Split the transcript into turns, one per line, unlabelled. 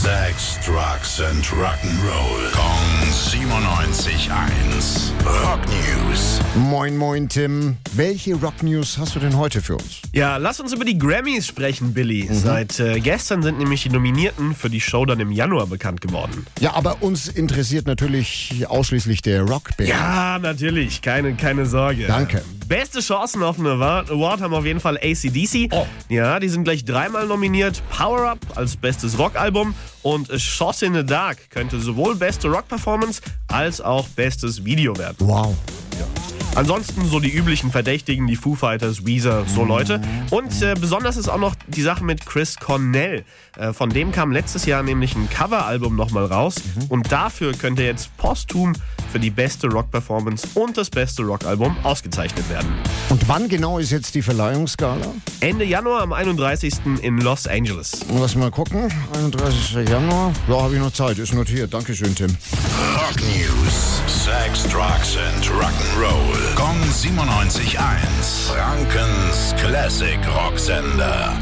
Sex, Drugs and Rock'n'Roll. Kong 97.1. Rock News.
Moin, moin, Tim. Welche Rock-News hast du denn heute für uns?
Ja, lass uns über die Grammys sprechen,
Mhm.
Billy. Seit äh, gestern sind nämlich die Nominierten für die Show dann im Januar bekannt geworden.
Ja, aber uns interessiert natürlich ausschließlich der Rockband.
Ja, natürlich. Keine, keine Sorge.
Danke.
Beste Chancen auf einen Award Award haben auf jeden Fall ACDC.
Oh.
Ja, die sind gleich dreimal nominiert. Power Up als bestes Rockalbum und A Shot in the Dark könnte sowohl beste Rock-Performance als auch bestes Video werden.
Wow.
Ansonsten so die üblichen Verdächtigen, die Foo Fighters, Weezer, so Leute. Und äh, besonders ist auch noch die Sache mit Chris Cornell. Äh, von dem kam letztes Jahr nämlich ein Coveralbum nochmal raus. Und dafür könnte jetzt posthum für die beste Rock-Performance und das beste Rockalbum ausgezeichnet werden.
Und wann genau ist jetzt die Verleihungsgala?
Ende Januar am 31. in Los Angeles.
Lass mal gucken. 31. Januar. Ja, habe ich noch Zeit. Ist notiert. Dankeschön, Tim.
Rock News. Sex, Drugs and Rock'n'Roll. Kong 97.1. Frankens Classic Rocksender.